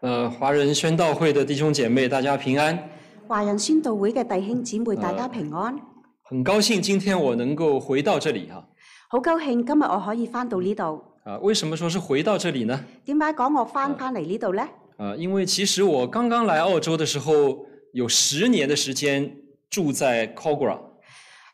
呃，华人宣道会的弟兄姐妹，大家平安。華人宣道會嘅弟兄姊妹，大家平安。很高兴今天我能够回到这里哈、好高興今日我可以翻到呢度。啊。为什么说是回到这里呢？點解講我翻翻嚟呢度呢？啊，因为其实我刚刚来澳洲的时候，有十年的时间住在 Cogra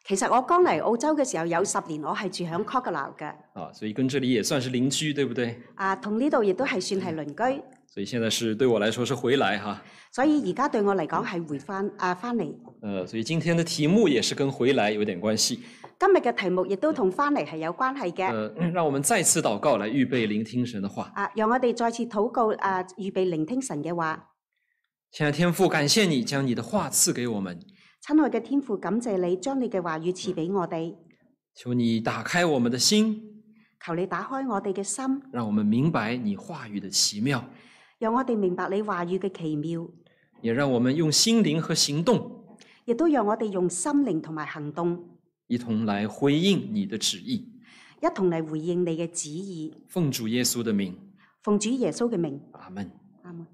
其實我剛嚟澳洲嘅時候有十年，我係住喺 c o g l a 嘅，啊，所以跟这里也算是邻居，对不对？啊，同呢度亦都係算係鄰居，所以现在是对我来说是回来哈、所以而家對我嚟講係回翻啊翻嚟。呃，所以今天的题目也是跟回来有点关系。今日嘅題目亦都同翻嚟係有關係嘅。呃，让我们再次祷告来预备聆听神的话。啊，讓我哋再次禱告啊，預備聆聽神嘅話。亲爱的天父，感谢你将你的话赐给我们，親愛嘅天父，感謝你將你嘅話語賜俾我哋，求你打开我们的心，求你打開我哋嘅心，让我们明白你话语的奇妙，讓我哋明白你話語嘅奇妙。也让我们用心灵和行动亦都讓我哋用心靈同埋行動一同来回应你的旨意。一同嚟回應你嘅旨意。奉主耶稣的名，奉主耶穌嘅名，阿门。阿門。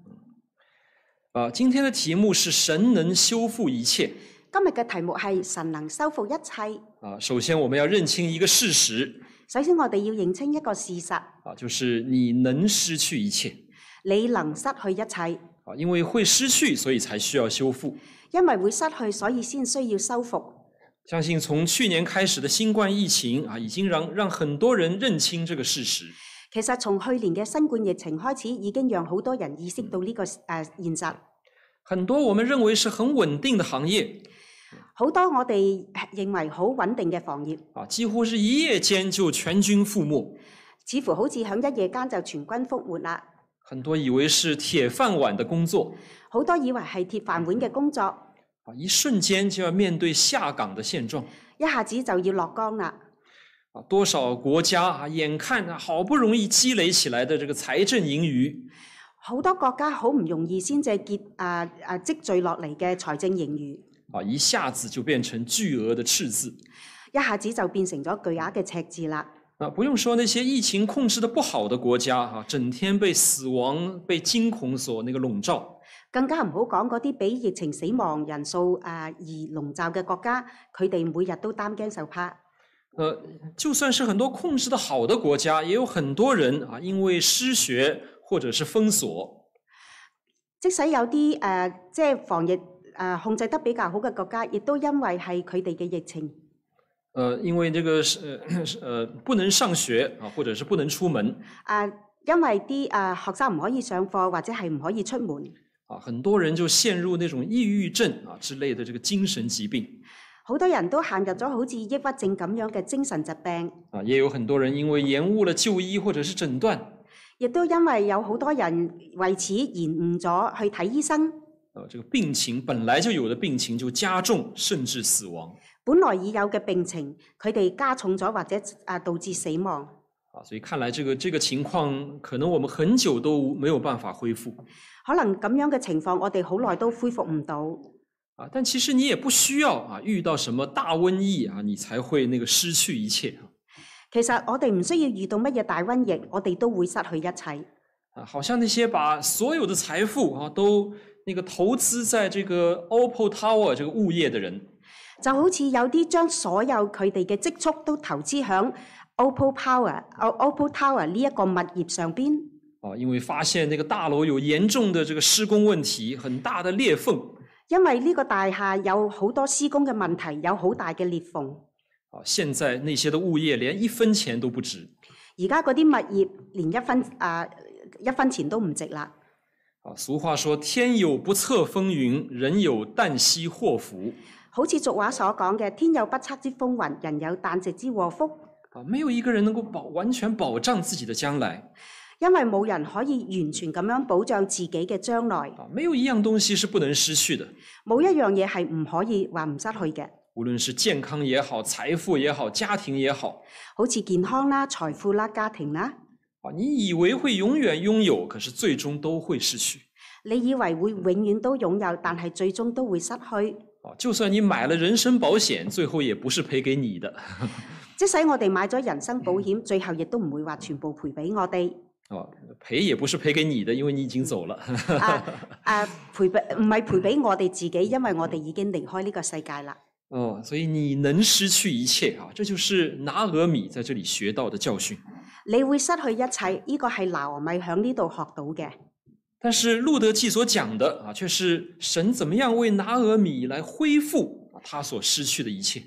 啊、今天的题目是神能修复一切。今日嘅題目係神能修復一切。啊、首先我们要认清一个事实首先，我哋要認清一個事實：啊、就是你能失去一切。你能失去一切，啊，因为会失去，所以才需要修复。因為會失去，所以先需要修復。相信从去年开始的新冠疫情啊，已经让让很多人认清这个事实。其實從去年嘅新冠疫情開始，已經讓好多人意識到呢、個誒、呃、現實。很多我们认为是很稳定的行业好多我哋認為好穩定嘅行業，啊，几乎是一夜间就全军覆没。似乎好似喺一夜間就全軍覆沒啦。很多以为是铁饭碗的工作好多以為係鐵飯碗嘅工作，啊，一瞬间就要面对下岗的现状一下子就要落崗啦。啊。多少国家啊，眼看啊好不容易积累起来的这个财政盈余好多國家好唔容易先至結啊啊積聚落嚟嘅財政盈餘，啊，一下子就变成巨额的赤字。一下子就變成咗巨額嘅赤字啦。啊，不用说那些疫情控制的不好的国家啊，整天被死亡、被惊恐所那个笼罩更加唔好講嗰啲俾疫情死亡人數啊而籠罩嘅國家，佢哋每日都擔驚受怕。呃，就算是很多控制的好的国家，也有很多人啊，因为失学或者是封锁即使有啲誒、呃即係防疫誒、呃控制得比較好嘅國家，亦都因為係佢哋嘅疫情，呃，因为这个是呃是呃不能上学啊，或者是不能出门啊、因為啲誒、呃學生唔可以上課或者係唔可以出門，啊，很多人就陷入那种抑郁症啊之类的这个精神疾病好多人都陷入咗好似抑鬱症咁樣嘅精神疾病。啊，也有很多人因为延误了就医或者是诊断亦都因為有好多人為此延誤咗去睇醫生，呃，这个病情本来就有的病情就加重，甚至死亡本來已有嘅病情，佢哋加重咗或者啊導致死亡。啊，所以看来这个这个情况，可能我们很久都没有办法恢复可能咁樣嘅情況，我哋好耐都恢復唔到。啊。但其实你也不需要啊，遇到什么大瘟疫啊，你才会那个失去一切啊其實我哋唔需要遇到乜嘢大瘟疫，我哋都會失去一切。啊。好像那些把所有的财富啊都那个投资在这个 OPPO Tower 这个物业的人就好似有啲將所有佢哋嘅積蓄都投資響 OPPO Power、O- OPPO Tower 呢一個物業上邊，啊，因为发现那个大楼有严重的这个施工问题，很大的裂缝因為呢個大廈有好多施工嘅問題，有好大嘅裂縫。啊，现在那些的物业连一分钱都不值。而家嗰啲物業連一分啊、一分錢都唔值啦。啊，俗话说“天有不测风云，人有旦夕祸福”。好似俗話所講嘅，天有不測之風雲，人有旦夕之禍福。啊，没有一个人能够保完全保障自己的将来因為冇人可以完全咁樣保障自己嘅將來，啊，没有一样东西是不能失去的，冇一樣嘢係唔可以話唔失去嘅，无论是健康也好，财富也好，家庭也好好似健康啦、財富啦、家庭啦，啊，你以为会永远拥有，可是最终都会失去你以為會永遠都擁有，但係最終都會失去。啊。就算你买了人身保险，最后也不是赔给你的即使我哋買咗人生保險，最後亦都唔會話全部賠俾我哋。啊，赔也不是赔给你的，因为你已经走了。 啊啊賠俾唔係賠俾我哋自己，因為我哋已經離開呢個世界啦。哦，所以你能失去一切啊，这就是拿俄米在这里学到的教训。你會失去一切，呢、個係拿俄米喺呢度學到嘅。但是路德记所讲的啊，却是神怎么样为拿俄米来恢复啊他所失去的一切。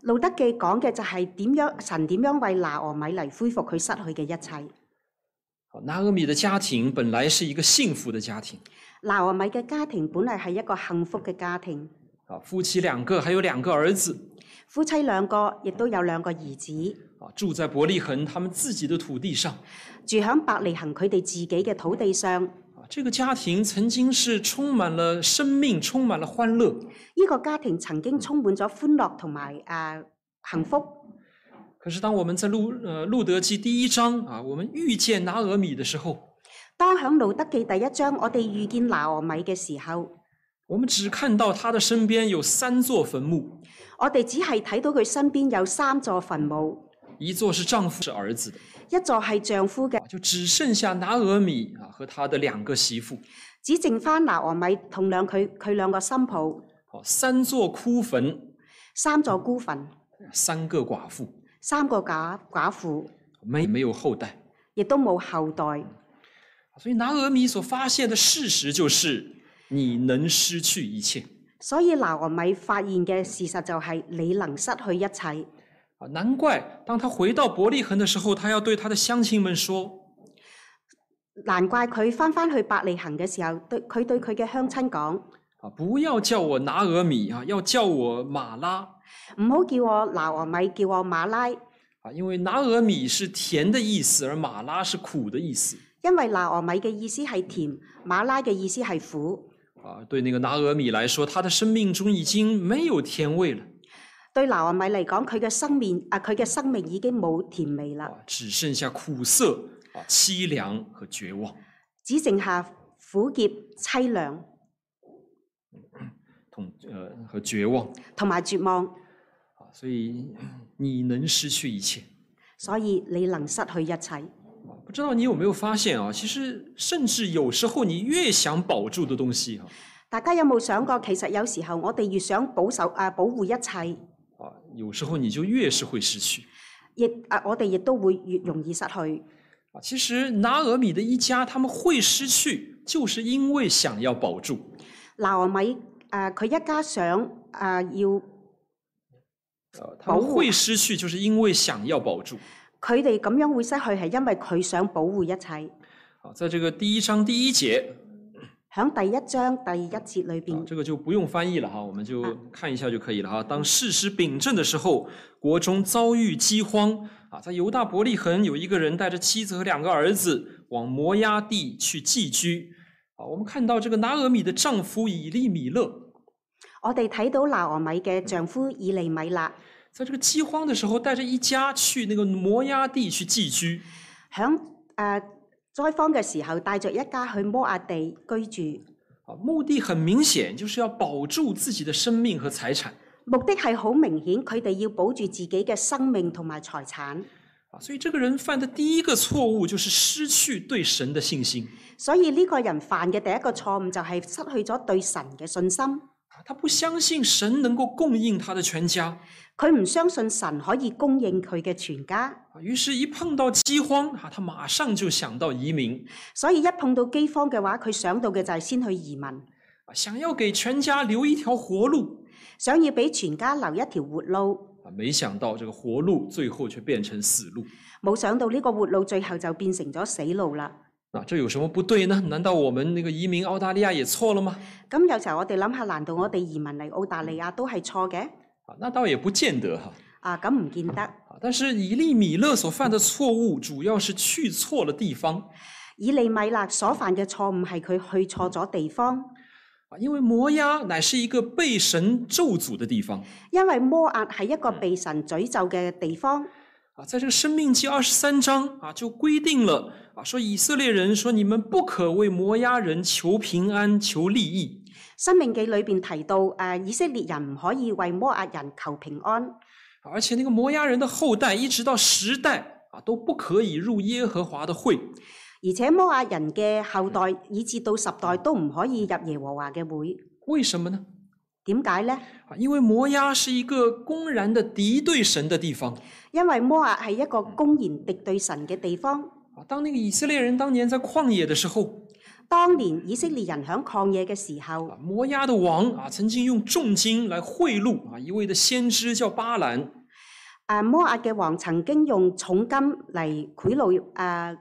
路德記講嘅就係點樣神點樣為拿俄米嚟恢復佢失去嘅一切。好啊拿俄米的家庭本来是一个幸福的家庭拿俄米嘅家庭本嚟係一個幸福嘅家庭，啊，夫妻两个，还有两个儿子夫妻兩個亦都有兩個兒子，啊，住在伯利恒他们自己的土地上住喺伯利恒佢哋自己嘅土地上。呢、啊。这个家庭曾经是充满了生命，充满了欢乐。個家庭曾經充滿咗歡樂同埋誒幸福。可是当我们在路呃路德记第一章啊，我们遇见拿俄米的时候，當響路德記第一章，我哋遇見拿俄米嘅時候，我们只看到他的身边有三座坟墓，我哋只係睇到佢身邊有三座墳墓，一座是丈夫是儿子的，一座係丈夫嘅，啊就只剩下拿俄米啊和他的两个媳妇，只剩翻拿俄米同兩佢佢兩個新抱，哦、三座枯坟，三座孤墳，三个寡妇，三個寡寡婦，没没有后代。亦都冇後代。所以拿俄米所发现的事实就是，你能失去一切所以拿俄米發現嘅事實就係你能失去一切。啊。难怪当他回到伯利恒的时候，他要对他的乡亲们说難怪佢翻返去百利行嘅時候，對佢對佢嘅鄉親講：啊，不要叫我拿俄米啊，要叫我马拉唔好叫我拿俄米，叫我馬拉，啊，因为拿俄米是甜的意思，而马拉是苦的意思因為拿俄米嘅意思係甜，馬拉嘅意思係苦。啊。对那个拿俄米来说，他的生命中已经没有甜味了對拿俄米嚟講，佢嘅生命啊，佢嘅生命已經冇甜味啦，啊，只剩下苦涩啊、凄凉和绝望。只剩下苦澀、凄涼同呃和绝望同埋絕望。啊，所以 嗯你能失去一切。所以你能失去一切。不知道你有没有发现啊？其实，甚至有时候你越想保住的东西啊，大家有冇想過？其實有時候我哋越想保守啊，保護一切。啊，有时候你就越是会失去亦啊，我哋亦都會越容易失去。啊。其实拿俄米的一家他们会失去，就是因为想要保住拿俄米啊，佢一家想啊、要啊，他们保护会失去，就是因为想要保住佢哋咁樣會失去，係因為佢想保護一切。啊。在这个第一章第一節響第一章第一節裏啊邊，，这个就不用翻译了哈，我们啊就看一下就可以了哈。当事实秉正的时候，国中遭遇饥荒啊，在犹大伯利恒有一个人带着妻子和两个儿子往摩押地去寄居啊。我们看到这个拿俄米的丈夫以利米勒，我哋睇到拿俄米嘅丈夫以利米勒在这个饥荒的时候，带着一家去那个摩押地去寄居響啊災荒嘅時候，帶着一家去摩亞地居住，啊，目的很明显，就是要保住自己的生命和财产目的係好明顯，佢哋要保住自己嘅生命同埋財產。啊。所以这个人犯的第一个错误就是失去对神的信心。所以呢個人犯嘅第一個錯誤就係失去咗對神嘅信心。啊他不相信神能够供应他的全家，佢唔相信神可以供應佢嘅全家，啊于是，一碰到饥荒啊，他马上就想到移民所以一碰到饑荒嘅話，佢想到嘅就係先去移民，啊，想要给全家留一条活路想要俾全家留一條活路。啊。没想到这个活路最后却变成死路冇想到呢個活路最後就變成咗死路啦。啊，这有什么不对呢？难道我们那个移民澳大利亚也错了吗？咁有時候我哋諗下，難道我哋移民嚟澳大利亞都係錯嘅？啊，那倒也不见得哈。啊，咁唔見得。啊，但是以利米勒所犯的错误，主要是去错了地方以利米勒所犯嘅錯誤係佢去錯咗地方，啊，因为摩押乃是一个被神咒诅的地方因為摩押係一個被神詛咒嘅地方。啊，在这个《生命记》二十三章啊，就规定了啊，说以色列人说你们不可为摩押人求平安、求利益生命記裏邊提到，誒、以色列人唔可以為摩押人求平安。啊而且那个摩押人的后代一直到十代啊，都不可以入耶和华的会而且摩亞人嘅後代以至到十代都唔可以入耶和華嘅會，为什么呢？點解呢？啊，因为摩押是一个公然的敌对神的地方因為摩亞係一個公然敵對神嘅地方。啊。当那个以色列人当年在旷野的时候，當年以色列人響曠野嘅時候，啊，摩押的王啊曾经用重金来贿赂啊一位的先知叫巴兰啊摩亞嘅王曾經用重金嚟賄賂啊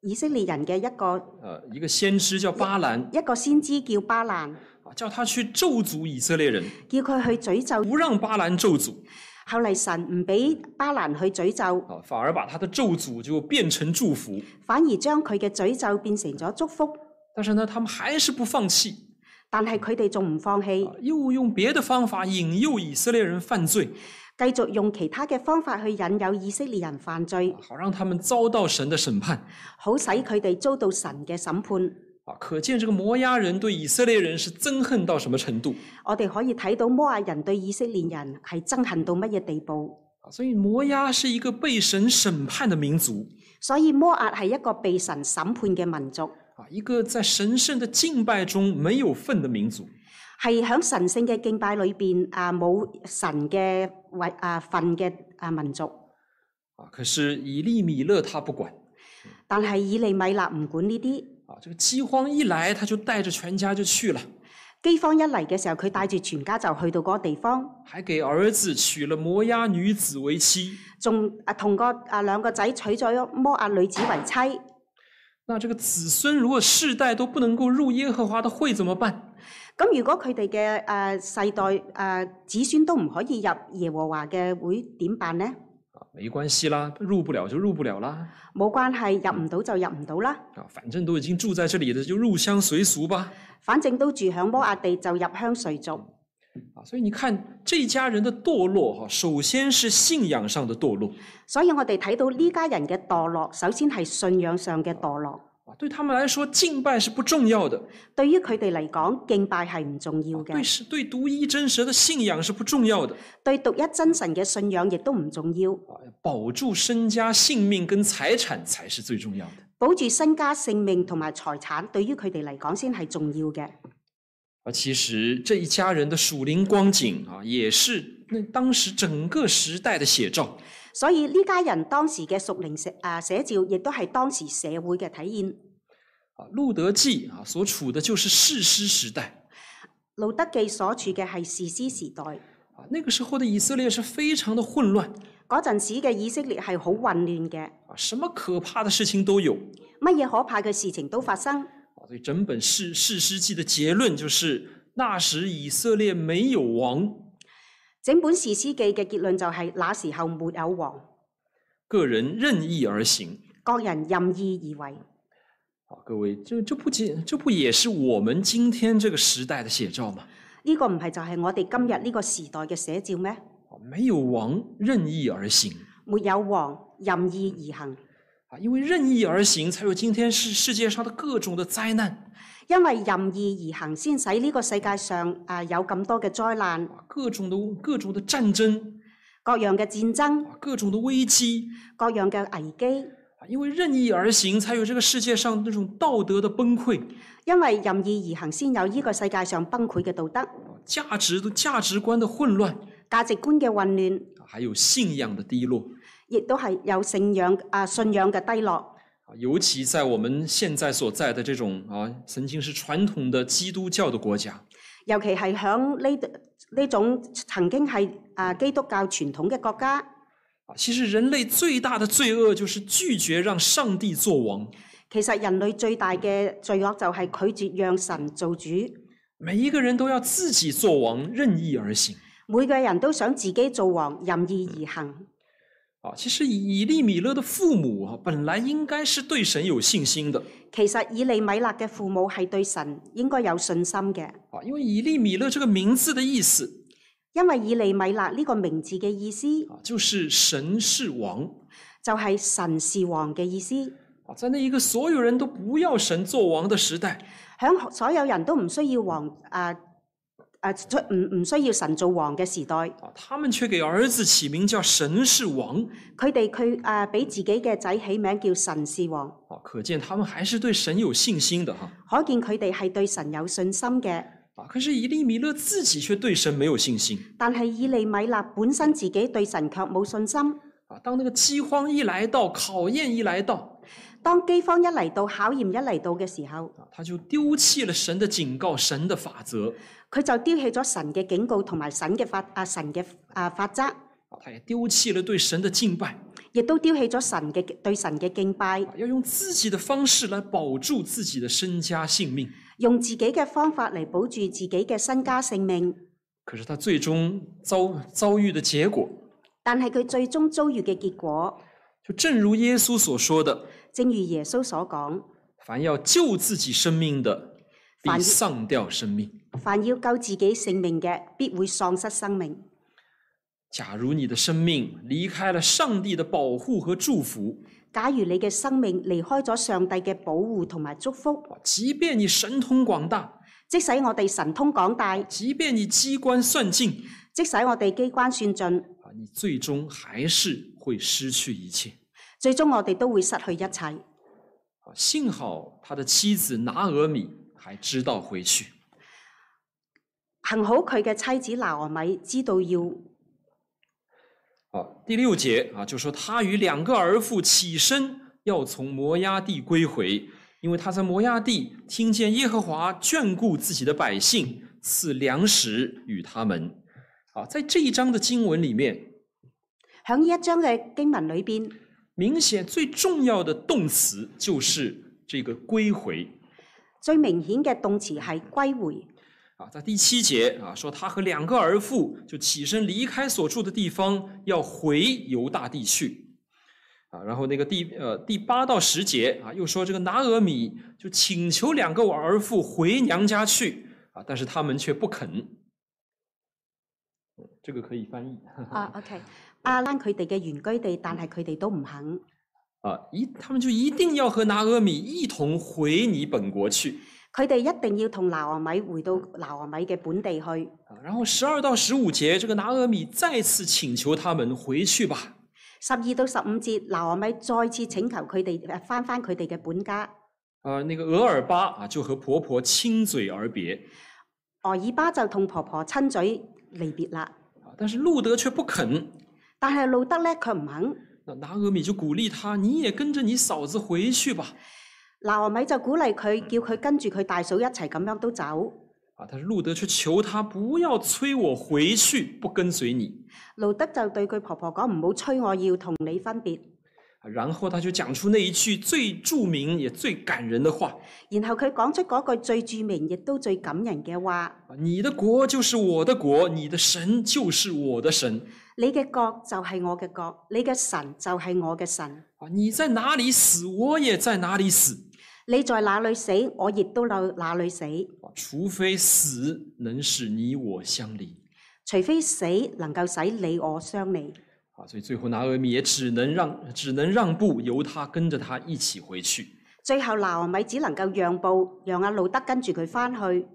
以色列人嘅一個呃，一个先知叫巴兰一個先知叫巴蘭，啊，叫他去咒诅以色列人，叫佢去詛咒。不让巴兰咒诅後嚟神唔俾巴蘭去詛咒，啊，反而把他的咒诅就变成祝福。反而將佢嘅詛咒變成咗祝福。但是呢，他们还是不放弃，但係佢哋仲唔放棄啊，又用别的方法引诱以色列人犯罪，繼續用其他嘅方法去引誘以色列人犯罪啊，好让他们遭到神的审判好使佢哋遭到神嘅審判。啊。可见这个摩押人对以色列人是憎恨到什么程度我哋可以睇到摩亞人對以色列人係憎恨到乜嘢地步。啊！所以摩押是一个被神审判的民族所以摩押係一個被神審判嘅民族，啊，一个在神圣的敬拜中没有份的民族。係喺神聖嘅敬拜裏邊啊冇神嘅位啊份嘅啊民族。啊，可是以利米勒他不管但係以利米勒唔管呢啲，啊，这个饥荒一来，他就带着全家就去了，饑荒一嚟嘅時候，佢帶住全家就去到嗰個地方，还给儿子娶了摩押女子为妻。仲啊同個啊兩個仔娶咗摩押女子為妻。那这个子孙如果世代都不能够入耶和华的会怎么办？咁如果佢哋嘅誒世代誒、呃子孫都唔可以入耶和華嘅會，點辦呢？啊，没关系啦，入不了就入不了啦。冇關係，入唔到就入唔到啦。啊，反正都已经住在这里的，就入乡随俗吧。反正都住響摩亞地，就入鄉隨俗。啊，所以你看这一家人的堕落哈、首先是信仰上的堕落所以我哋睇到呢家人嘅墮落，首先係信仰上嘅墮落。啊，对他们来说敬拜是不重要的，對於佢哋嚟講，敬拜係唔重要啊对嘅，是对独一真神的信仰是不重要的對獨一真神嘅信仰亦都唔重要。啊，保住身家性命跟财产才是最重要的。保住身家性命同埋財產，對於佢哋嚟講先係重要嘅。而其实这一家人的属灵光景啊，也是那当时整个时代的写照。所以呢家人當時嘅屬靈寫啊寫照，亦都係當時社會嘅體現。啊，路德记啊所处的就是士师时代路德記所處嘅係士師時代，啊，那个时候的以色列是非常的混乱嗰陣時嘅以色列係好混亂嘅，啊，什么可怕的事情都有乜嘢可怕嘅事情都發生。啊，所以整本士士师记的结论就是，那时以色列没有王，整本士師記嘅結論就係、那時候沒有王，个人任意而行各人任意而為。啊，各位，这这不仅这不也是我们今天这个时代的写照吗？呢、個唔係就係我哋今日呢個時代嘅寫照咩？啊，没有王，任意而行沒有王，任意而行。啊，因为任意而行，才有今天世世界上的各种的灾难因為任意而行，先使呢個世界上啊有咁多嘅災難、啊，各种的各种的战争各樣嘅戰爭、啊，各种的危机。各樣嘅危機。啊，因为任意而行，才有这个世界上那种道德的崩溃，因為任意而行，先有呢個世界上崩潰嘅道德、啊价值的价值观的混乱，價值觀嘅混亂，啊还有信仰的低落亦都係有信仰啊信仰嘅低落。啊。尤其在我们现在所在的这种啊，曾经是传统的基督教的国家尤其係響呢呢種曾經係啊基督教傳統嘅國家，啊，其实人类最大的罪恶就是拒绝让上帝做王。其實人類最大嘅罪惡就係拒絕讓神做主。每一个人都要自己做王，任意而行每個人都想自己做王，任意而行。啊！其实以以利米勒的父母啊，本来应该是对神有信心的其實以利米勒嘅父母係對神應該有信心嘅，啊，因为以利米勒这个名字的意思因為以利米勒呢個名字嘅意思啊，就是神是王就係神是王嘅意思。啊，在那一个所有人都不要神做王的时代響所有人都唔需要王啊誒出唔唔需要神做王嘅時代，啊，他们却给儿子起名叫神是王。佢哋佢誒俾自己嘅仔起名叫神是王，啊，可见他们还是对神有信心的哈。可見佢哋係對神有信心嘅。啊，可是以利米勒自己却对神没有信心。但係以利米勒本身自己對神卻冇信心。啊，当那个饥荒一来到，考验一来到，當饑荒一嚟到，考驗一嚟到嘅時候，啊，他就丢弃了神的警告、神的法则。佢就丟棄咗神嘅警告同埋神嘅法啊神嘅啊法則，啊，他也丢弃了对神的敬拜，亦都丟棄咗神嘅對神嘅敬拜，啊要用自己的方式来保住自己的身家性命。用自己嘅方法嚟保住自己嘅身家性命。可是他最终遭遭遇的结果，但係佢最終遭遇嘅結果，就正如耶稣所说的正如耶穌所講：，：“凡要救自己生命的，必凡丧掉生命。凡要救自己性命嘅，必會喪失生命。假如你的生命离开了上帝的保护和祝福，假如你嘅生命離開咗上帝嘅保護同埋祝福，啊即便你神通广大，即使我哋神通廣大，即便你机关算尽，即使我哋機關算盡，啊，你最终还是会失去一切。最終我哋都會失去一切。啊，幸好他的妻子拿俄米还知道回去。幸好佢嘅妻子拿俄米知道要啊，第六节啊，就说他与两个儿妇起身，要从摩崖地归回，因为他在摩崖地听见耶和华眷顾自己的百姓，赐粮食与他们。啊，在这一章的经文里面，喺呢一章嘅經文裏邊，明显最重要的动词就是这个归回。最明顯嘅動詞係歸回。啊，在第七节啊，说他和两个儿妇就起身离开所住的地方，要回犹大地去。啊，然后那个第呃第八到十节啊，又说这个拿俄米就请求两个儿妇回娘家去啊，但是他们却不肯。嗯这个可以翻译 啊，OK，阿蘭佢哋嘅原居地，但係佢哋都唔肯，啊，一他们就一定要和拿俄米一同回你本国去佢哋一定要同拿俄米回到拿俄米嘅本地去。啊。然后十二到十五节，这个拿俄米再次请求他们回去吧。十二到十五節，拿俄米再次請求佢哋誒翻返佢哋嘅本家。呃，那个俄尔巴啊，就和婆婆亲嘴而别俄爾巴就同婆婆親嘴離別啦，啊，但是路德却不肯。但係路德咧卻唔肯。那拿俄米就鼓励他：“你也跟着你嫂子回去吧。拿俄米就鼓勵佢，叫佢跟住佢大嫂一齊咁樣都走。”啊，但是路德却求他不要催我回去，不跟随你。路德就對佢婆婆講：唔好催我，要同你分別。啊然后他就讲出那一句最著名也最感人的话然後佢講出嗰句最著名亦都最感人嘅話：：“啊你的国就是我的国，你的神就是我的神。你嘅國就係我嘅國，你嘅神就係我嘅神。啊，你在哪里死，我也在哪里死。你在哪裏死，我亦都在哪裏死。啊除非死能使你我相离。”除非死能夠使你我相離。啊，所以最后拿俄米也只能让只能让步，由他跟着他一起回去。最後拿俄米只能夠讓步，讓阿路德跟住佢翻去。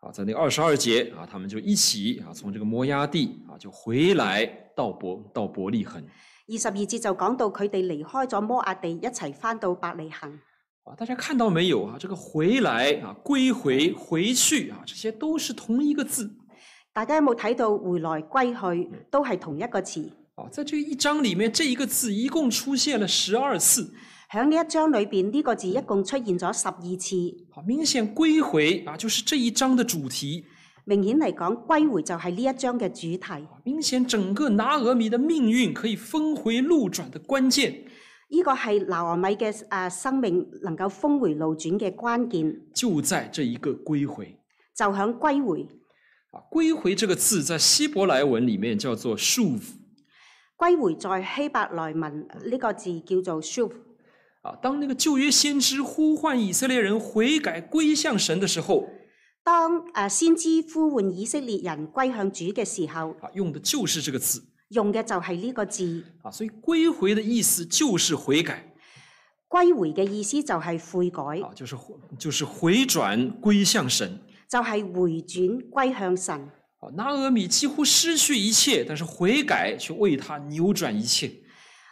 啊，在那个二十二节啊，他们就一起啊，从这个摩崖地啊就回来到伯到伯利恒二十二節就講到佢哋離開咗摩亞地，一齊翻到伯利恒。啊。大家看到没有啊？这个回来啊、归回、回去啊，这些都是同一个字大家有冇睇到回來歸去都係同一個詞？啊。在这一章里面，这一个字一共出现了十二次喺呢一章裏邊，呢、個字一共出現咗十二次。啊。明显归回啊，就是这一章的主题明顯嚟講，歸回就係呢一章嘅主題。啊。明显整个拿俄米的命运可以峰回路转的关键。呢、個係拿俄米嘅啊生命能夠峰回路轉嘅關鍵，就在这一个归回就響歸回。啊。归回这个字在希伯来文里面叫做 shuv 歸回在希伯來文呢、個字叫做 shuv。啊。当那个旧约先知呼唤以色列人悔改归向神的时候當誒呃先知呼喚以色列人歸向主嘅時候，啊，用的就是这个字用嘅就係呢個字。啊。所以归回的意思就是悔改歸回嘅意思就係悔改，啊，就是回就是回转归向神就係回轉歸向神。啊，拿俄米几乎失去一切，但是悔改却为他扭转一切。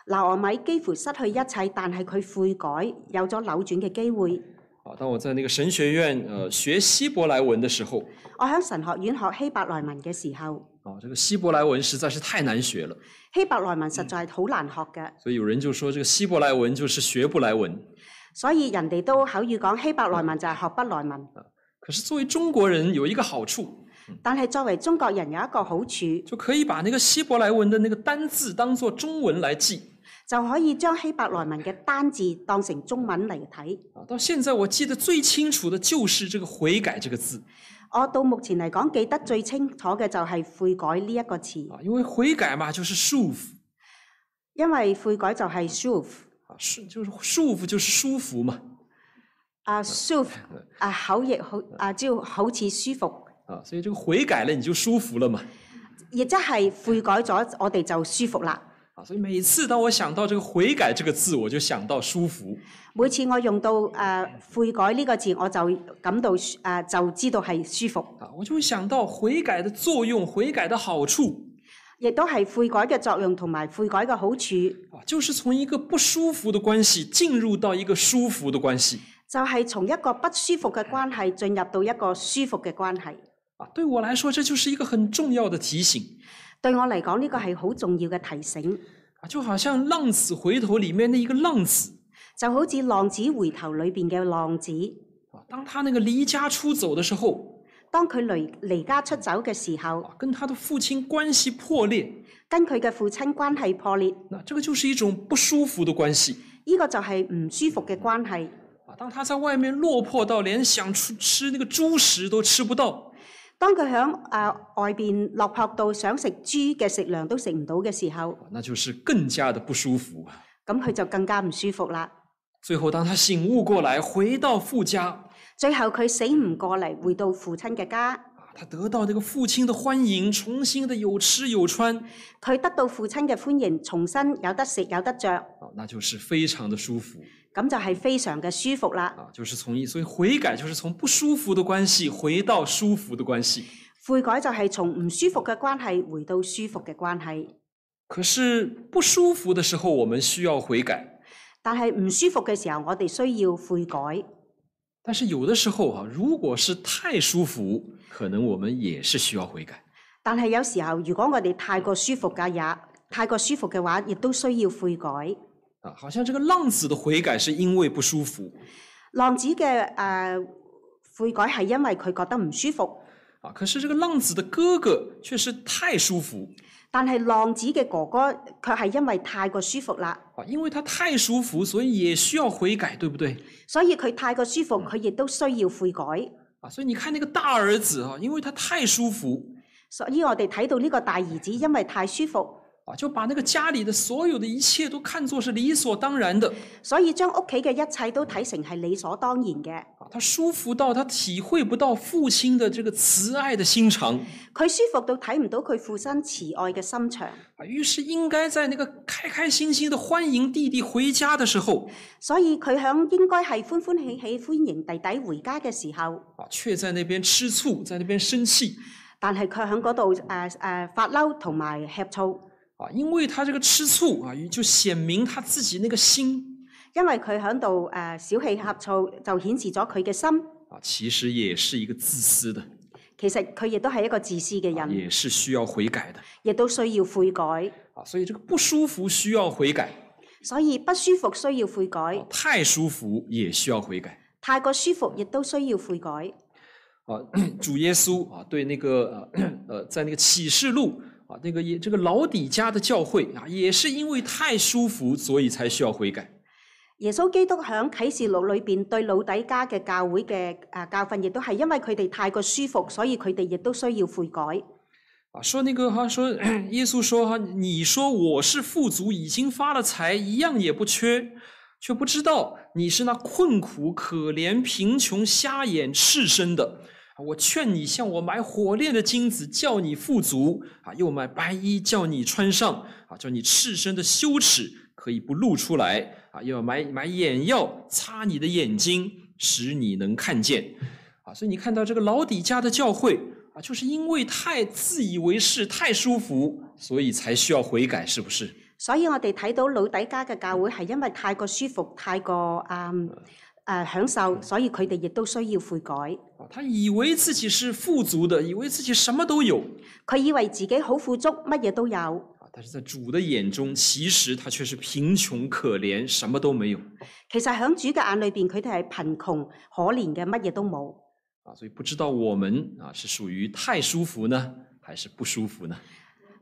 拿俄米幾乎失去一切，但係佢悔改，有咗扭轉嘅機會。啊，当我在那个神学院呃学希伯来文的时候，我喺神學院學希伯來文嘅時候，啊，这个希伯来文实在是太難学了，希伯來文實在係好難學嘅，所以有人就说这个希伯来文就是学不来文。所以人哋都口語講希伯來文就係學不來文。可是作为中国人有一个好處，但係作為中國人有一個好處，就就可以把那个希伯来文的那个单字当做中文来记。可以將希伯來文嘅單字當成中文嚟睇。啊，到现在我记得最清楚的就是这个“悔改”这个字我到目前嚟講記得最清楚嘅就係悔改呢一個詞，啊，因为悔改嘛就是束缚因為悔改就係 s u f 啊，束就是束缚就是舒服嘛啊 s u f 啊口譯好啊，只要好似舒服，啊，所以这个悔改了你就舒服了嘛亦即係悔改咗，我哋就舒服啦。啊，所以每次当我想到这个“悔改”这个字，我就想到舒服每次我用到誒、呃悔改呢個字，我就感到誒、呃就知道係舒服，啊，我就会想到悔改的作用、悔改的好处亦都係悔改嘅作用同埋悔改嘅好處，就啊，就是从一个不舒服的关系进入到一个舒服的关系係、從一個不舒服嘅關係進入到一個舒服嘅關係。啊。对我来说，这就是一个很重要的提醒對我嚟講，呢、個係好重要嘅提醒，啊，就好像《浪子回头》里面的一个浪子就好似浪子回頭裏邊嘅浪子，啊，当他那个离家出走的时候當佢離離家出走嘅時候，啊，跟他的父亲关系破裂，跟佢嘅父親關係破裂，呢、那这个就是一种不舒服的关系個就係唔舒服嘅關係。啊。当他在外面落魄到连想出吃那个猪食都吃不到。當佢喺誒外邊落魄到想食豬嘅食糧都食唔到嘅時候，啊那就是更加的不舒服。啊咁佢就更加唔舒服啦。最后，当他醒悟過來，回到父家，最後佢死唔過嚟，回到父親嘅家，啊他得到这个父親的歡迎，重新的有吃有穿，啊佢得到父親嘅歡迎，重新有得食有得着，啊，那就是非常的舒服咁就係非常嘅舒服啦。啊，就是从一，所以悔改就是从不舒服的關係回到舒服的關係。悔改就係從唔舒服嘅關係回到舒服嘅關係，可是不舒服的时候，我们需要悔改。但係唔舒服嘅時候，我哋需要悔改。但是有的时候啊，如果是太舒服，可能我们也是需要悔改。但係有時候，如果我哋太過舒服嘅也太過舒服嘅話，亦都需要悔改。啊，好像这个浪子的悔改是因为不舒服，浪子嘅誒、呃悔改係因為佢覺得唔舒服，啊，可是这个浪子的哥哥却是太舒服但係浪子嘅哥哥卻係因為太過舒服啦，啊，因为他太舒服，所以也需要悔改，对不对？所以佢太過舒服，佢亦都需要悔改。啊，所以你看那个大儿子啊，因为他太舒服所以我哋睇到呢個大兒子因為太舒服，啊，就把那个家里的所有的一切都看作是理所当然的所以將屋企嘅一切都睇成係理所當然嘅。啊，他舒服到他体会不到父亲的这个慈爱的心肠佢舒服到睇唔到佢父親慈愛嘅心腸，啊，于是应该在那个开开心心的欢迎弟弟回家的时候所以佢響應該係歡歡喜喜歡迎弟弟回家嘅時候，啊，却在那边吃醋，在那边生气但係佢響嗰度誒誒發嬲同埋吃醋，啊，因为他这个吃醋啊，就显明他自己那个心因為佢響度誒小氣呷醋，就顯示咗佢嘅心。啊，其实也是一个自私的，其實佢亦都係一個自私嘅啊人，也是需要悔改的亦都需要悔改。啊。所以这个不舒服需要悔改，所以不舒服需要悔啊改，太舒服也需要悔改太過舒服亦都需要悔改。啊。 主耶稣啊，对那个呃 呃，在那个启示录啊，那个也这个老底家的教会啊，也是因为太舒服，所以才需要悔改耶穌基督響啟示錄裏邊對老底家嘅教會嘅誒教訓，亦都係因為佢哋太過舒服，所以佢哋亦都需要悔改。啊。说那个哈、说 耶稣说哈、你说我是富足，已经发了财，一样也不缺。却不知道你是那困苦、可怜、贫穷、瞎眼、赤身的。啊我劝你向我买火炼的金子，叫你富足啊；又买白衣，叫你穿上啊，叫你赤身的羞耻可以不露出来啊；又要买买眼药，擦你的眼睛，使你能看见啊。啊，所以你看到这个老底家的教会啊，就是因为太自以为是、太舒服，所以才需要悔改，是不是？所以我哋睇到老底家嘅教會係因為太過舒服、太過啊啊享受，所以佢哋亦都需要悔改。啊，他以为自己是富足的，以为自己什么都有佢以為自己好富足，乜嘢都有。啊，但是在主的眼中，其实他却是贫穷可怜，什么都没有其實喺主嘅眼裏邊，佢哋係貧窮可憐嘅，乜嘢都冇。啊。所以不知道我们啊是属于太舒服呢，还是不舒服呢？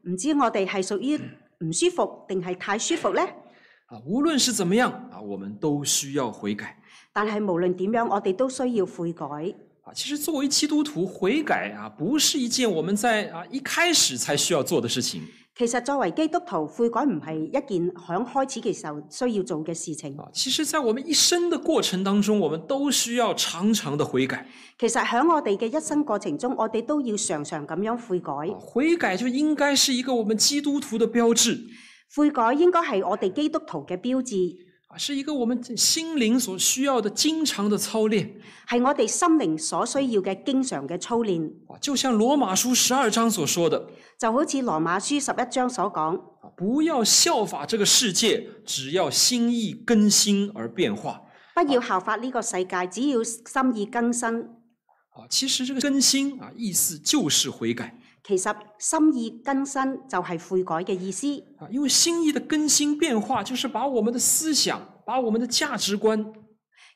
唔知我哋係屬於唔舒服定係太舒服呢？啊，无论是怎么样啊，我们都需要悔改。但係無論點樣，我哋都需要悔改。啊，其实作为基督徒，悔改啊，不是一件我们在啊一开始才需要做的事情其實作為基督徒，悔改唔係一件響開始嘅時候需要做嘅事情。啊。其实，在我们一生的过程当中，我们都需要常常的悔改。其實喺我哋嘅一生過程中，我哋都要常常咁樣悔改啊。悔改就应该是一个我们基督徒的标志悔改應該係我哋基督徒嘅標誌，啊，是一个我们心灵所需要的经常的操练係我哋心靈所需要嘅經常嘅操練。啊。就像罗马书十二章所说的就好似羅馬書十一章所講，啊，不要效法这个世界，只要心意更新而变化不要效法呢個世界，只要心意更新。啊。其实这个更新啊，意思就是悔改。其實心意更新就係悔改嘅意思。啊，因为心意的更新变化，就是把我们的思想、把我们的价值观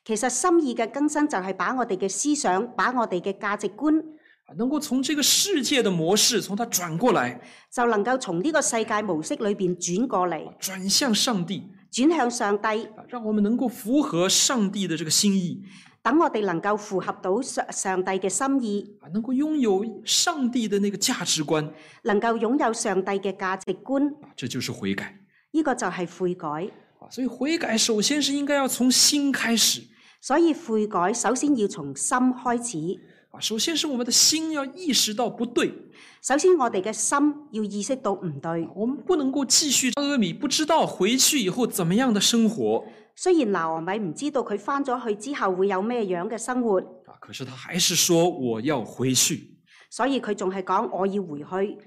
其實心意嘅更新就係把我哋嘅思想、把我哋嘅價值觀，啊，能够从这个世界的模式，从它转过来，就能夠從呢個世界模式裏邊轉過嚟啊，转向上帝，轉向上帝，啊，让我们能够符合上帝的这个心意，等我哋能夠符合到上上帝嘅心意，啊，能够拥有上帝的那个价值观，能夠擁有上帝嘅價值觀。啊，这就是悔改呢、個就係悔改。啊。所以悔改首先是应该要从心开始所以悔改首先要從心開始。啊，首先是我们的心要意识到不对，首先我哋嘅心要意識到唔對。我们不能够继续阿米不知道回去以后怎么样的生活雖然拿俄米唔知道佢翻咗去之後會有咩樣嘅生活，啊，可是他还是说我要回去。所以佢仲係講我要回去。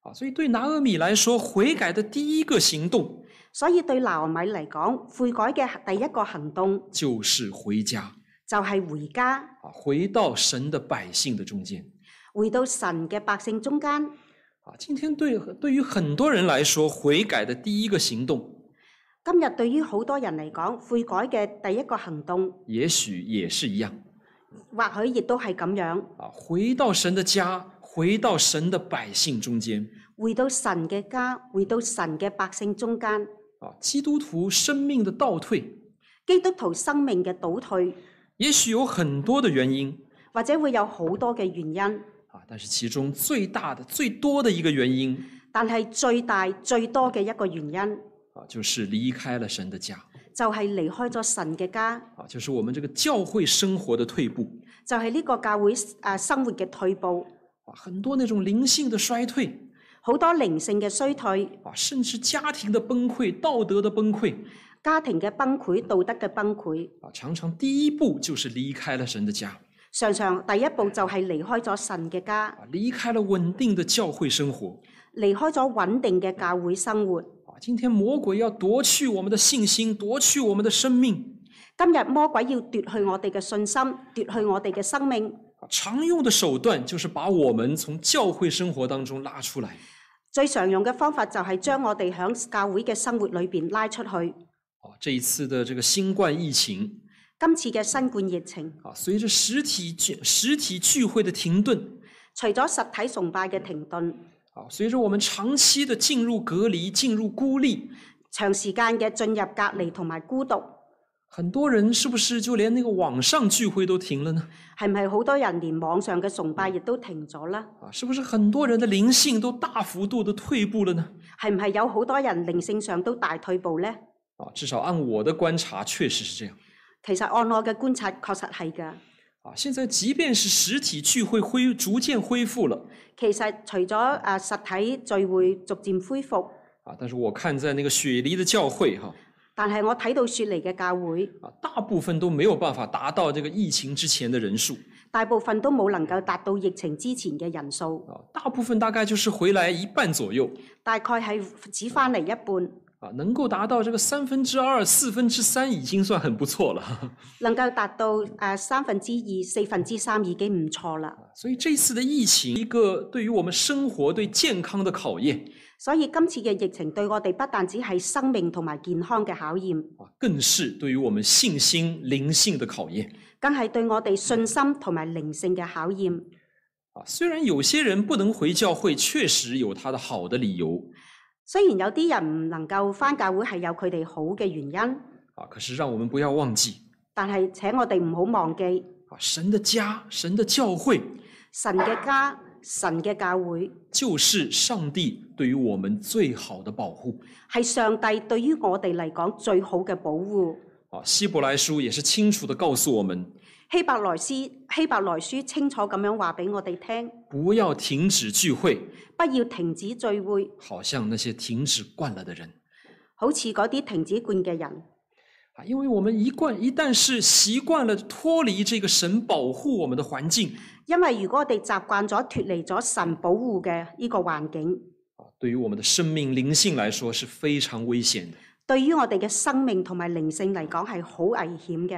啊，所以对拿俄米来说，悔改的第一个行动所以對拿俄米嚟講，悔改嘅第一個行動就是回家就係回家，啊，回到神的百姓的中间回到神嘅百姓中間。啊。今天对对于很多人来说，悔改的第一个行动，今日對於好多人嚟講，悔改嘅第一個行動，也许也是一样或許亦都係咁樣，啊，回到神的家，回到神的百姓中间回到神嘅家，回到神嘅百姓中間。啊。基督徒生命的倒退，基督徒生命嘅倒退，也许有很多的原因或者會有好多嘅原因，啊，但是其中最大的、最多的一个原因但係最大最多嘅一個原因啊，就是离开了神的家就係、離開咗神嘅家，啊，就是我们这个教会生活的退步。就係、呢個教會啊生活嘅退步，啊，很多那种灵性的衰退好多靈性嘅衰退，啊，甚至家庭的崩溃、道德的崩溃家庭嘅崩潰、道德嘅崩潰，啊，常常第一步就是离开了神的家常常第一步就係離開咗神嘅家，啊，离开了稳定的教会生活離開咗穩定嘅教會生活。啊。今天魔鬼要夺去我们的信心，夺去我们的生命今日魔鬼要奪去我哋嘅信心，奪去我哋嘅生命，啊，常用的手段就是把我们从教会生活当中拉出来最常用嘅方法就係將我哋喺教會嘅生活裏邊拉出去。啊。这一次的这个新冠疫情今次嘅新冠疫情，啊，随着实体聚实体聚会的停顿除咗實體崇拜嘅停頓，啊，随着我们长期的进入隔离、进入孤立。長時間嘅進入隔離同埋孤獨，很多人是不是就连那个网上聚会都停了呢？係唔係好多人連網上嘅崇拜亦都停咗啦？啊，是不是很多人的灵性都大幅度的退步了呢？係唔係有好多人靈性上都大退步呢？啊，至少按我的观察，确实是这样。其實按我嘅觀察，確實係㗎。啊，现在即便是实体聚会恢逐渐恢复了，其實除咗啊實體聚會逐漸恢復，啊，但是我看在那个雪梨的教会哈、但係我睇到雪梨嘅教會，啊，大部分都没有办法达到这个疫情之前的人数大部分都冇能夠達到疫情之前嘅人數，啊，大部分大概就是回来一半左右大概係只翻嚟一半。啊，能够达到这个三分之二、四分之三已经算很不错了。 能夠達到誒三分之二、四分之三已經唔錯啦。所以这次的疫情，一个对于我们生活、对健康的考验所以今次嘅疫情對我哋不但只係生命同埋健康嘅考驗，啊，更是对于我们信心、灵性的考验更係對我哋信心同埋靈性嘅考驗。啊。虽然有些人不能回教会，确实有他的好的理由雖然有啲人唔能夠翻教會係有佢哋好嘅原因，啊，可是让我们不要忘记但係請我哋唔好忘記啊，神的家、神的教会神嘅家、神嘅教會就是上帝对于我们最好的保护係上帝對於我哋嚟講最好嘅保護。啊。希伯来书也是清楚的告诉我们，希伯來書希伯來書清楚咁樣話俾我哋聽，不要停止聚会，不要停止聚會，好像那些停止惯了的人好似嗰啲停止灌嘅人。啊，因为我们一贯一旦是习惯了脱离这个神保护我们的环境因為如果我哋習慣咗脱離咗神保護嘅呢個環境，啊，对于我们的生命灵性来说是非常危险的對於我哋嘅生命同埋靈性嚟講係好危險嘅。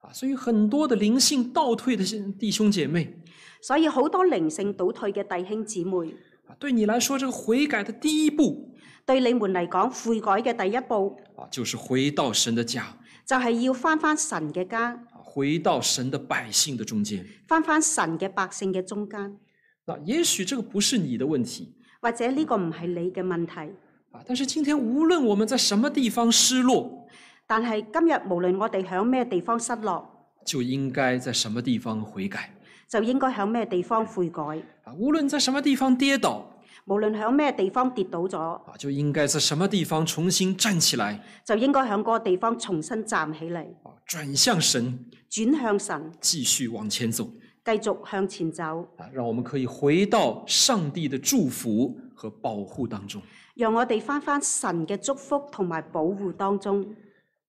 啊。所以很多的灵性倒退的弟兄姐妹所以好多靈性倒退嘅弟兄姊妹，啊，对你来说这个悔改的第一步對你們嚟講悔改嘅第一步啊，就是回到神的家就係、要翻翻神嘅家，啊，回到神的百姓的中间。翻翻神嘅百姓嘅中間。那也许这个不是你的问题或者呢個唔係你嘅問題，啊，但是今天无论我们在什么地方失落，但係今日無論我哋響咩地方失落，就应该在什么地方悔改就應該響咩地方悔改。啊，无论在什么地方跌倒無論響咩地方跌倒咗，啊，就应该在什么地方重新站起来就應該響嗰個地方重新站起嚟，啊，转向神，轉向神，继续往前走繼續向前走，啊，让我们可以回到上帝的祝福和保护当中。讓我哋翻返神嘅祝福同埋保護當中。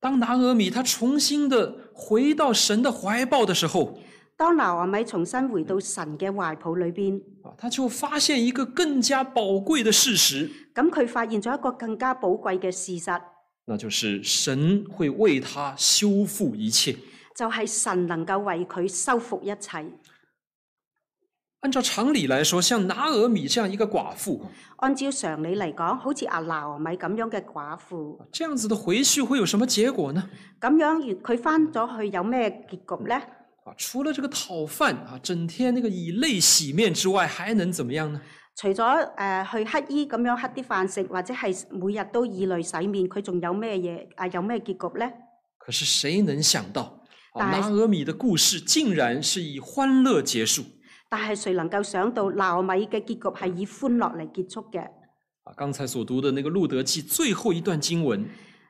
当拿俄米他重新的回到神的怀抱的时候當拿俄米重新回到神嘅懷抱裏邊，啊，他就发现一个更加宝贵的事实，咁佢發現咗一個更加寶貴嘅事實，那就是神会为他修复一切。就係、神能夠為佢修復一切。按照常理来说，像拿俄米这样一个寡妇，按照常理嚟講，好似阿拿俄米咁樣嘅寡婦，这样子的回去会有什么结果呢？咁樣如佢翻咗去有咩結局呢？啊，除了这个讨饭啊，整天那个以泪洗面之外，还能怎么样呢？除咗誒、呃去乞衣咁樣乞啲飯食，或者係每日都以淚洗面，佢仲有咩嘢啊？有咩結局呢？可是谁能想到，啊、但拿俄米的故事竟然是以欢乐结束但係誰能夠想到拿俄米嘅結局係以歡樂嚟結束嘅？啊！刚才所读的那个《路德记》最后一段经文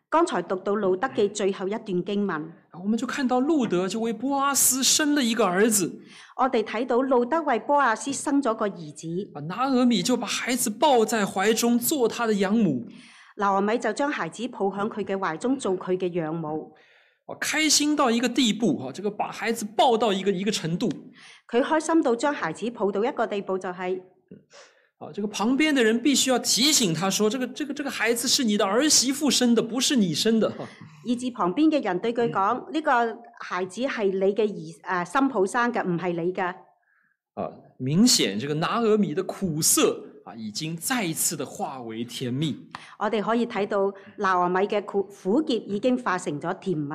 剛才讀到路德記最後一段經文，啊，我们就看到路德就为波阿斯生了一个儿子我哋睇到路德為波亞斯生咗個兒子，啊，拿俄米就把孩子抱在怀中做他的养母拿俄米就將孩子抱響佢嘅懷中做佢嘅養母，啊，开心到一个地步啊，这个把孩子抱到一个一个程度佢開心到將孩子抱到一個地步、就係啊，这个旁边的人必须要提醒他说，这个这个这个孩子是你的儿媳妇生的，不是你生的。以至旁邊嘅人對佢講：呢、個孩子係你嘅兒誒新抱生嘅，唔係你嘅。啊，明显这个拿俄米的苦涩啊，已经再一次的化为甜蜜我哋可以睇到拿俄米嘅苦苦澀已經化成咗甜蜜，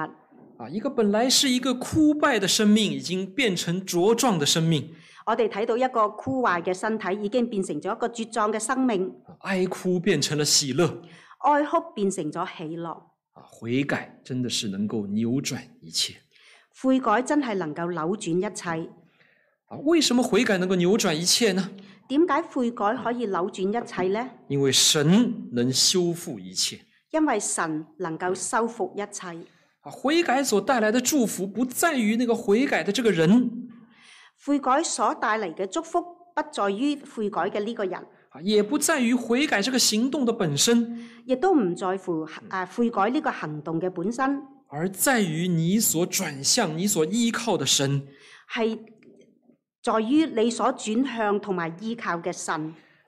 啊，一个本来是一个枯败的生命，已经变成茁壮的生命，我哋睇到一個枯壞嘅身體已經變成咗一個茁壯嘅生命，啊哀哭变成了喜乐哀哭變成咗喜樂，啊，悔改真的是能够扭转一切悔改真係能夠扭轉一切。啊。为什么悔改能够扭转一切呢？點解悔改可以扭轉一切呢？因为神能修复一切因為神能夠修復一切。啊。悔改所带来的祝福不在于那个悔改的这个人悔改所帶嚟嘅祝福，不在於悔改嘅呢個人，啊啊，也不在于悔改这个行动的本身，亦都唔在乎啊悔改呢個行動嘅本身，而在于你所转向、你所依靠的神。係在於你所轉向同埋依靠嘅神。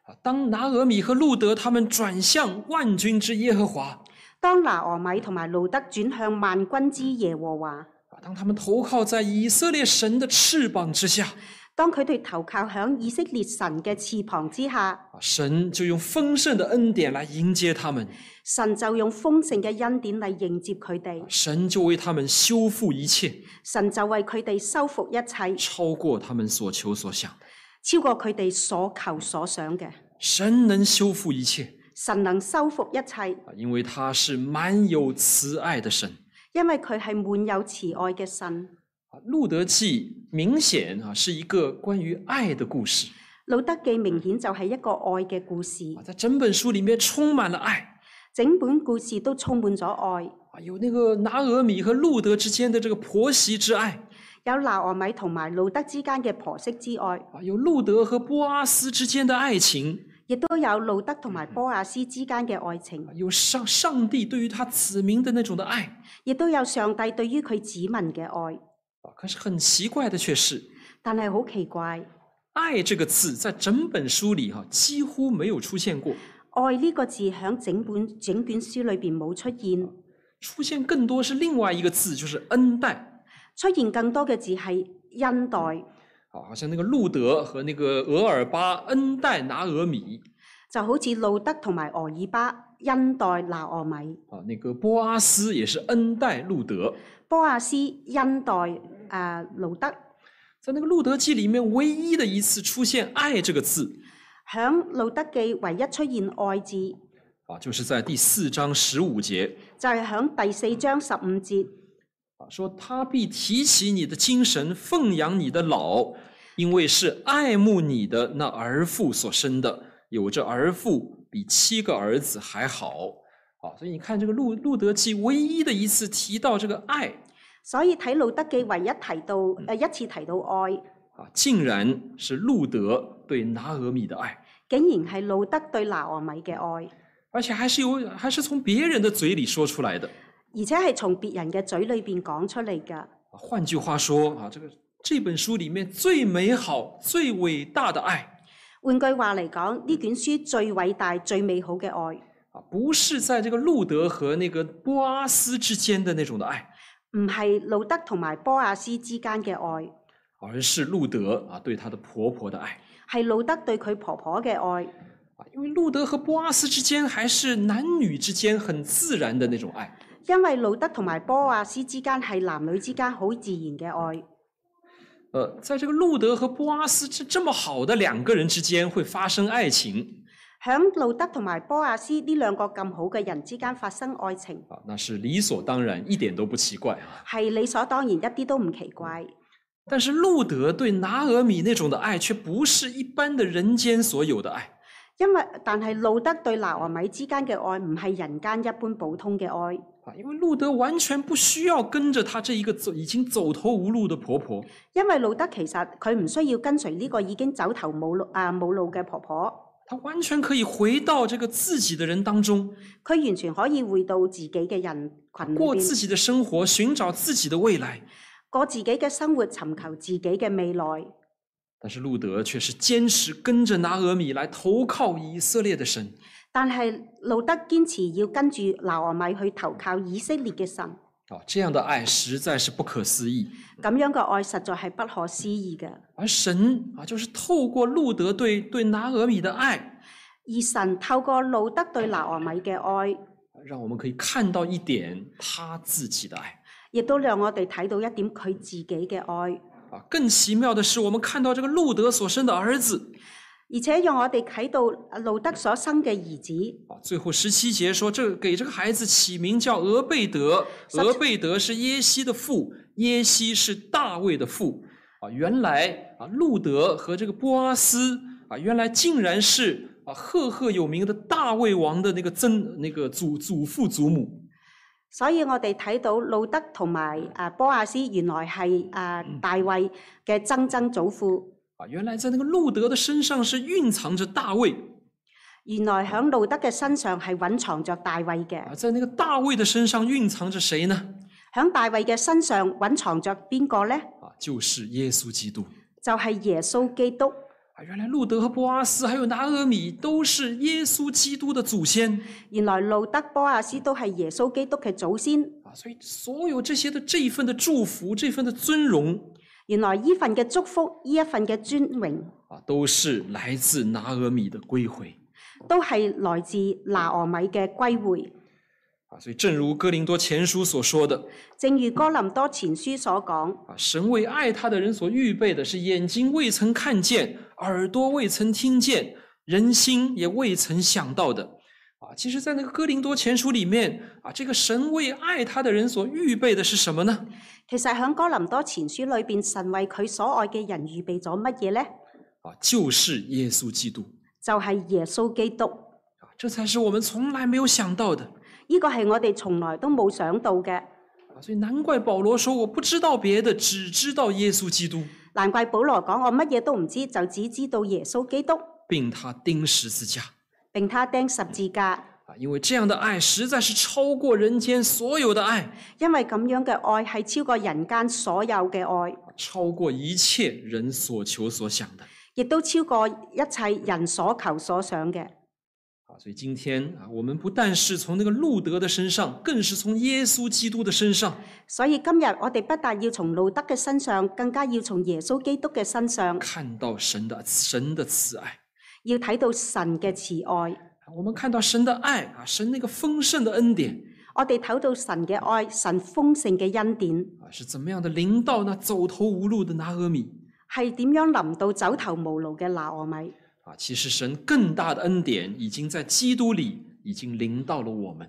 啊，当拿俄米和路德他们转向万军之耶和华，當拿俄米同埋路德轉向萬軍之耶和華，啊，当他们投靠在以色列神的翅膀之下，當佢哋投靠響以色列神嘅翅膀之下，啊，神就用豐盛的恩典来迎接他们，神就用豐盛嘅恩典嚟迎接佢哋，神就为他們修复一切，神就為佢哋修復一切，超過他們所求所想。超過佢哋所求所想嘅。神能修复一切，神能修復一切，啊因为他是满有慈爱的神。因為佢係滿有慈愛嘅神。啊路德记明显啊是一个关于爱的故事路德記明顯就係一個愛嘅故事啊，，在整本书里面充满了愛整本故事都充滿咗愛，啊，有那个拿俄米和路德之间的这个婆媳之愛有拿俄米同埋路德之間嘅婆媳之愛，啊，有路德和波阿斯之间的愛情，亦都有路德同埋波亞斯之間嘅愛情啊，有上上帝对于他子民的那種的愛亦都有上帝對於佢子民嘅愛。啊。可是很奇怪的却是，但係好奇怪，愛这个字在整本书里哈、几乎没有出现过，愛呢個字響整本整卷書裏邊冇出現，出现更多是另外一个字，就是恩待出現更多嘅字係恩待，啊，好像那个路德和那个俄尔巴恩待拿俄米就好似路德同埋俄爾巴恩待拿俄米，啊，那个波阿斯也是恩待路德，波亞斯恩待啊、路德。在那个《路德记》里面唯一的一次出现“爱”这个字響路德記唯一出現愛字，啊，就是在第四章十五节就係、響第四章十五節，啊，说他必提起你的精神，奉养你的老，因为是爱慕你的那儿父所生的，有这儿父比七个儿子还好啊。所以你看这个路路德记唯一的一次提到这个爱所以睇路德記唯一提到誒、呃一次提到愛，啊，竟然是路德对拿俄米的爱，竟然係路德對拿俄米嘅愛，而且还是由还是从别人的嘴里说出来的。而且係從別人嘅嘴裏邊講出嚟㗎。啊换句话说啊，这个这本书里面最美好、最伟大的爱換句話嚟講，呢卷書最偉大、最美好嘅愛，啊，不是在这个路德和那个波阿斯之间的那种的爱，唔係路德同埋波亞斯之間嘅愛，而是路德啊对她的婆婆的爱係路德對佢婆婆嘅愛。啊，因为路德和波阿斯之间还是男女之间很自然的那种爱。因為路德同埋波亞斯之間係男女之間好自然嘅愛，呃，在这个路德和波阿斯这这么好的两个人之间会发生爱情響路德同埋波亞斯呢兩個咁好嘅人之間發生愛情，啊，那是理所当然，一点都不奇怪啊。係理所當然，一啲都唔奇怪。但是路德对拿俄米那种的爱，却不是一般的人间所有的爱。因為但係路德對拿俄米之間嘅愛唔係人間一般普通嘅愛，啊，因为路德完全不需要跟着她这一个走已经走投无路的婆婆因為路德其實佢唔需要跟隨呢個已經走投冇路啊冇路嘅婆婆，她完全可以回到这个自己的人当中，佢完全可以回到自己嘅人群裏过自邊，己的生活，寻找自己的未来。過自己嘅生活，尋求自己嘅未來。但是路德却是坚持跟着拿俄米来投靠以色列的神。但係路德堅持要跟住拿俄米去投靠以色列嘅神，啊，这样的爱实在是不可思议。咁樣嘅愛實在係不可思議嘅。而神啊，就是透过路德对对拿俄米的爱，而神透過路德對拿俄米嘅愛，啊让我们可以看到一点他自己的爱。亦都讓我哋睇到一點佢自己嘅愛，啊，更奇妙的是，我们看到这个路德所生的儿子而且讓我哋睇到路德所生嘅兒子。啊，最后十七节说，这给这个孩子起名叫俄贝德，上次俄贝德是耶西的父，耶西是大卫的父。啊，原来啊，路德和这个波阿斯啊，原来竟然是啊赫赫有名的大卫王的那个曾那个祖祖父祖母。所以我哋睇到路德同埋啊波亞斯原來係啊大衛嘅曾曾祖父，啊，原来在那个路德的身上是蕴藏着大卫原來響路德嘅身上係隱藏着大衛嘅，啊，在那个大卫的身上蕴藏着谁呢？響大衛嘅身上隱藏着邊個呢？啊，就是耶稣基督。就係、耶穌基督。啊，原来路德和波阿斯还有拿俄米都是耶稣基督的祖先原來路德波亞斯都係耶穌基督嘅祖先。啊，所以所有这些的这一份的祝福，这份的尊荣原來呢份嘅祝福，呢一份嘅尊榮，啊，都是来自拿俄米的归回都係來自拿俄米嘅歸回。啊。所以，正如哥林多前书所说的正如哥林多前書所講，啊，神为爱他的人所预备的是眼睛未曾看见，耳朵未曾听见，人心也未曾想到的。啊，其实，在那个哥林多前书里面啊，这个神为爱他的人所预备的是什么呢？其實響哥林多前書裏邊，神為佢所愛嘅人預備咗乜嘢呢？啊，就是耶稣基督就係、耶穌基督。啊，这才是我们从来没有想到的呢個係我哋從來都冇想到嘅。啊。所以难怪保罗说：“我不知道别的，只知道耶稣基督，難怪保羅講我乜嘢都唔知，就只知道耶穌基督，并他钉十字架。”並他釘十字架。啊，因为这样的爱实在是超过人间所有的爱，因為咁樣嘅愛係超過人間所有嘅愛，超过一切人所求所想的亦都超過一切人所求所想嘅。啊！所以今天啊，我们不但是从那个路德的身上，更是从耶稣基督的身上所以今日我哋不但要從路德嘅身上，更加要從耶穌基督嘅身上，看到神的神的慈爱。要睇到神嘅慈愛。啊我们看到神的爱啊，神那个丰盛的恩典我哋睇到神嘅愛，神豐盛嘅恩典啊，是怎么样的临到那走投无路的拿俄米係點樣臨到走投無路嘅拿俄米。啊！其实神更大的恩典已经在基督里已经临到了我们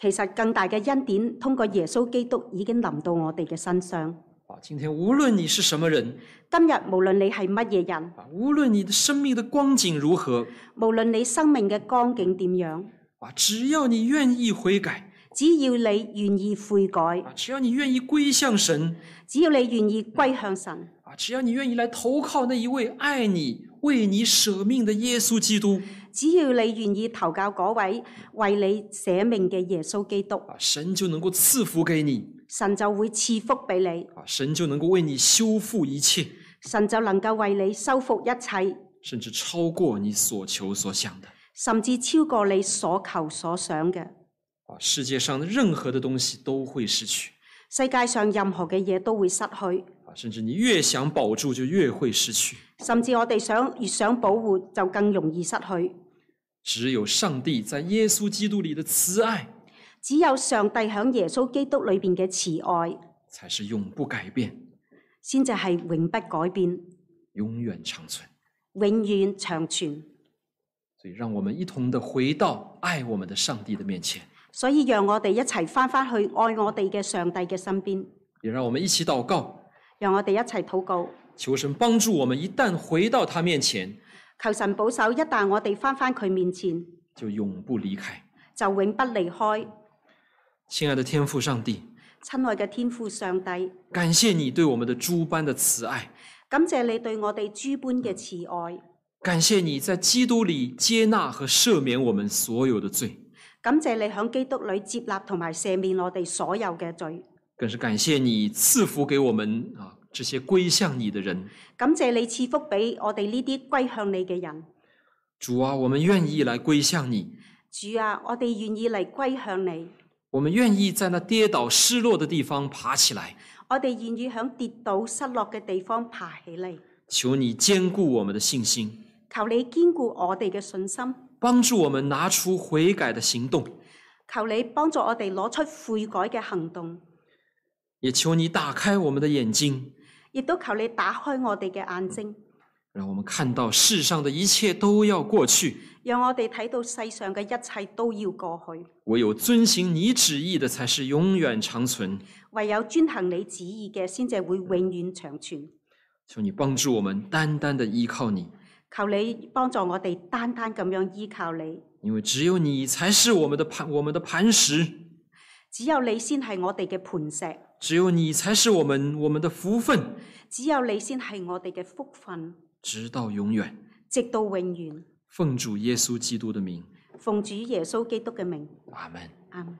其實更大嘅恩典通過耶穌基督已經臨到我哋嘅身上。啊！今天无论你是什么人今日無論你係乜嘢人，啊，无论你的生命的光景如何無論你生命嘅光景點樣。啊，只要你愿意悔改只要你願意悔改，啊，只要你愿意归向神只要你願意歸向神，啊，只要你愿意来投靠那一位爱你、为你舍命的耶稣基督只要你願意投教嗰位為你捨命嘅耶穌基督，啊，神就能够赐福给你神就會賜福俾你，啊，神就能够为你修复一切，神就能夠為你修復一切，甚至超过你所求所想的甚至超過你所求所想嘅。啊。世界上的任何的东西都会失去世界上任何嘅嘢都會失去，啊，甚至你越想保住，就越会失去。甚至我哋想越想保護，就更容易失去。只有上帝在耶稣基督里的慈爱只有上帝響耶穌基督裏邊嘅慈愛，才是永不改变。先至係永不改變，永远长存。永遠長存。所以，让我们一同的回到爱我们的上帝的面前，所以讓我哋一齊翻返去愛我哋嘅上帝嘅身邊，也让我们一起祷告，讓我哋一齊禱告，求神帮助我们。一旦回到他面前，求神保守。一旦我哋翻返佢面前，就永不离开。就永不離開。亲爱的天父上帝，親愛嘅天父上帝，感谢你对我们的诸般的慈爱，感謝你對我哋諸般嘅慈愛，感谢你在基督里接纳和赦免我们所有的罪，感謝你響基督裏接納同埋赦免我哋所有嘅罪，更是感谢你赐福给我们啊这些归向你的人。感謝你賜福俾我哋呢啲歸向你嘅人。主啊，我们愿意来归向你，主啊，我哋願意嚟歸向你，我们愿意在那跌倒失落的地方爬起来。我哋願意響跌倒失落嘅地方爬起嚟。求你坚固我们的信心，求你堅固我哋嘅信心。帮助我们拿出悔改的行动，求你幫助我哋攞出悔改嘅行動，也求你打开我们的眼睛，亦都求你打開我哋嘅眼睛，让我们看到世上的一切都要过去，讓我哋睇到世上嘅一切都要過去，唯有遵行你旨意的才是永远长存。唯有遵行你旨意嘅，先至會永遠長存。求你帮助我们单单的依靠你，求你幫助我哋單單咁樣依靠你，因为只有你才是我们的磐，我们的磐石，只有你先係我哋嘅磐石，只有你才是我们我们的福分，只有你先係我哋嘅福分，直到永远。直到永遠。奉主耶稣基督的名，奉主耶穌基督嘅名，阿门。阿門